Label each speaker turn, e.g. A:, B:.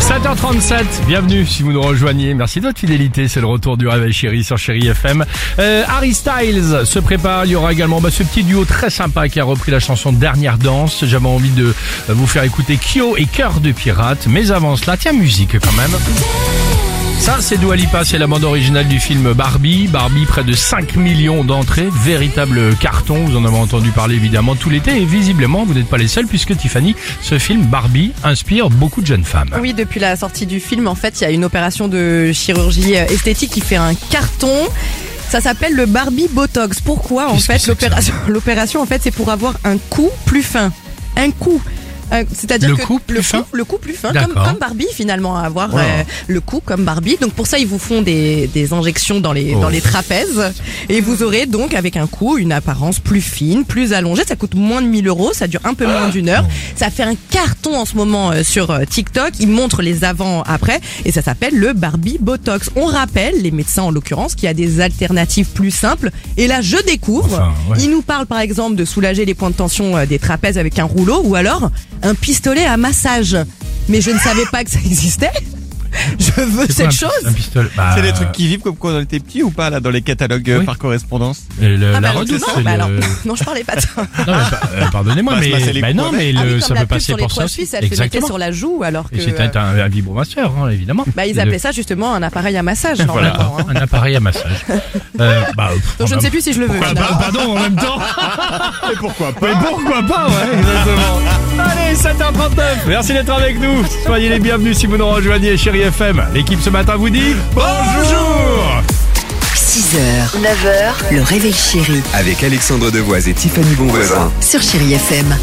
A: 7h37, bienvenue si vous nous rejoignez. Merci de votre fidélité, c'est le retour du réveil chéri sur Chéri FM. Euh, Harry Styles se prépare, il y aura également bah, ce petit duo très sympa qui a repris la chanson Dernière Danse. J'avais envie de euh, vous faire écouter Kyo et Cœur de Pirate, mais avant cela, tiens musique quand même. Ça, c'est Dua Lipa, c'est la bande originale du film Barbie. Barbie, près de 5 millions d'entrées, véritable carton, vous en avez entendu parler évidemment tout l'été, et visiblement, vous n'êtes pas les seuls, puisque Tiffany, ce film Barbie inspire beaucoup de jeunes femmes.
B: Oui, depuis la sortie du film, en fait, il y a une opération de chirurgie euh, esthétique qui fait un carton. Ça s'appelle le Barbie Botox. Pourquoi en
A: Qu'est-ce que
B: fait
A: c'est que ça
B: l'opération L'opération en fait, c'est pour avoir un cou plus fin. Un cou. Un- C'est-à-dire
A: Le
B: que
A: cou plus
B: le,
A: fin
B: cou, le cou plus fin, comme,
A: D'accord.
B: comme Barbie finalement, à avoir
A: Wow.
B: euh, le cou comme Barbie. Donc pour ça, ils vous font des, des injections dans les,
A: Oh.
B: dans les trapèzes et vous aurez donc avec un cou une apparence plus fine, plus allongée. Ça coûte moins de 1000 euros, ça dure un peu moins d'une heure. Ça fait un carton en ce moment euh, sur euh, TikTok. Ils montrent les avant après et ça s'appelle le Barbie Botox. On rappelle les médecins en l'occurrence qu'il y a des alternatives plus simples. Et là, je découvre.
A: Enfin, ouais.
B: Ils nous parlent par exemple de soulager les points de tension euh, des trapèzes avec un rouleau ou alors un pistolet à massage. Mais je ne savais pas que ça existait. Je veux
A: C'est
B: cette
A: quoi un- un
B: chose.
A: pistolet Bah,
C: C'est des trucs qui vivent comme quand on était petit ou pas là dans les catalogues euh,
A: Oui.
C: par correspondance
A: euh, le-
B: Ah
A: la
B: bah alors,
A: redoute,
B: non,
A: c'est
B: bah
A: le-
B: alors, non, je parlais pas de ça.
A: Non, mais pa- euh, pardonnez-moi,
C: Bah, se
A: mais
C: passer les
A: bah
C: coups
A: non,
C: avec.
A: mais
B: Ah
A: le-
B: oui,
A: ça
B: comme la
A: peut
B: pub
A: passer
B: sur les
A: pour ça
B: trois
A: aussi.
B: Suisses, elle se mettait sur la joue alors que. euh,
A: Et c'était un, un vibromasseur, hein, évidemment.
B: Bah, ils
A: Les
B: appelaient
A: deux.
B: ça justement un appareil à massage.
A: Voilà,
B: normalement, hein.
A: un appareil à massage. Euh, bah, pff,
B: Donc je
A: en
B: ne sais
A: même-
B: plus si je le veux.
A: Pourquoi
B: finalement.
A: pas, pardon, en même temps.
C: Et pourquoi pas
A: Mais pourquoi pas, ouais, exactement. Allez, 7h39. Merci d'être avec nous. Soyez les bienvenus si vous nous rejoignez, chérie FM. L'équipe ce matin vous dit bonjour.
D: 6h, 9h, le réveil chéri
E: Avec Alexandre Devoise et Tiffany Bonvoisin.
D: sur Chéri FM.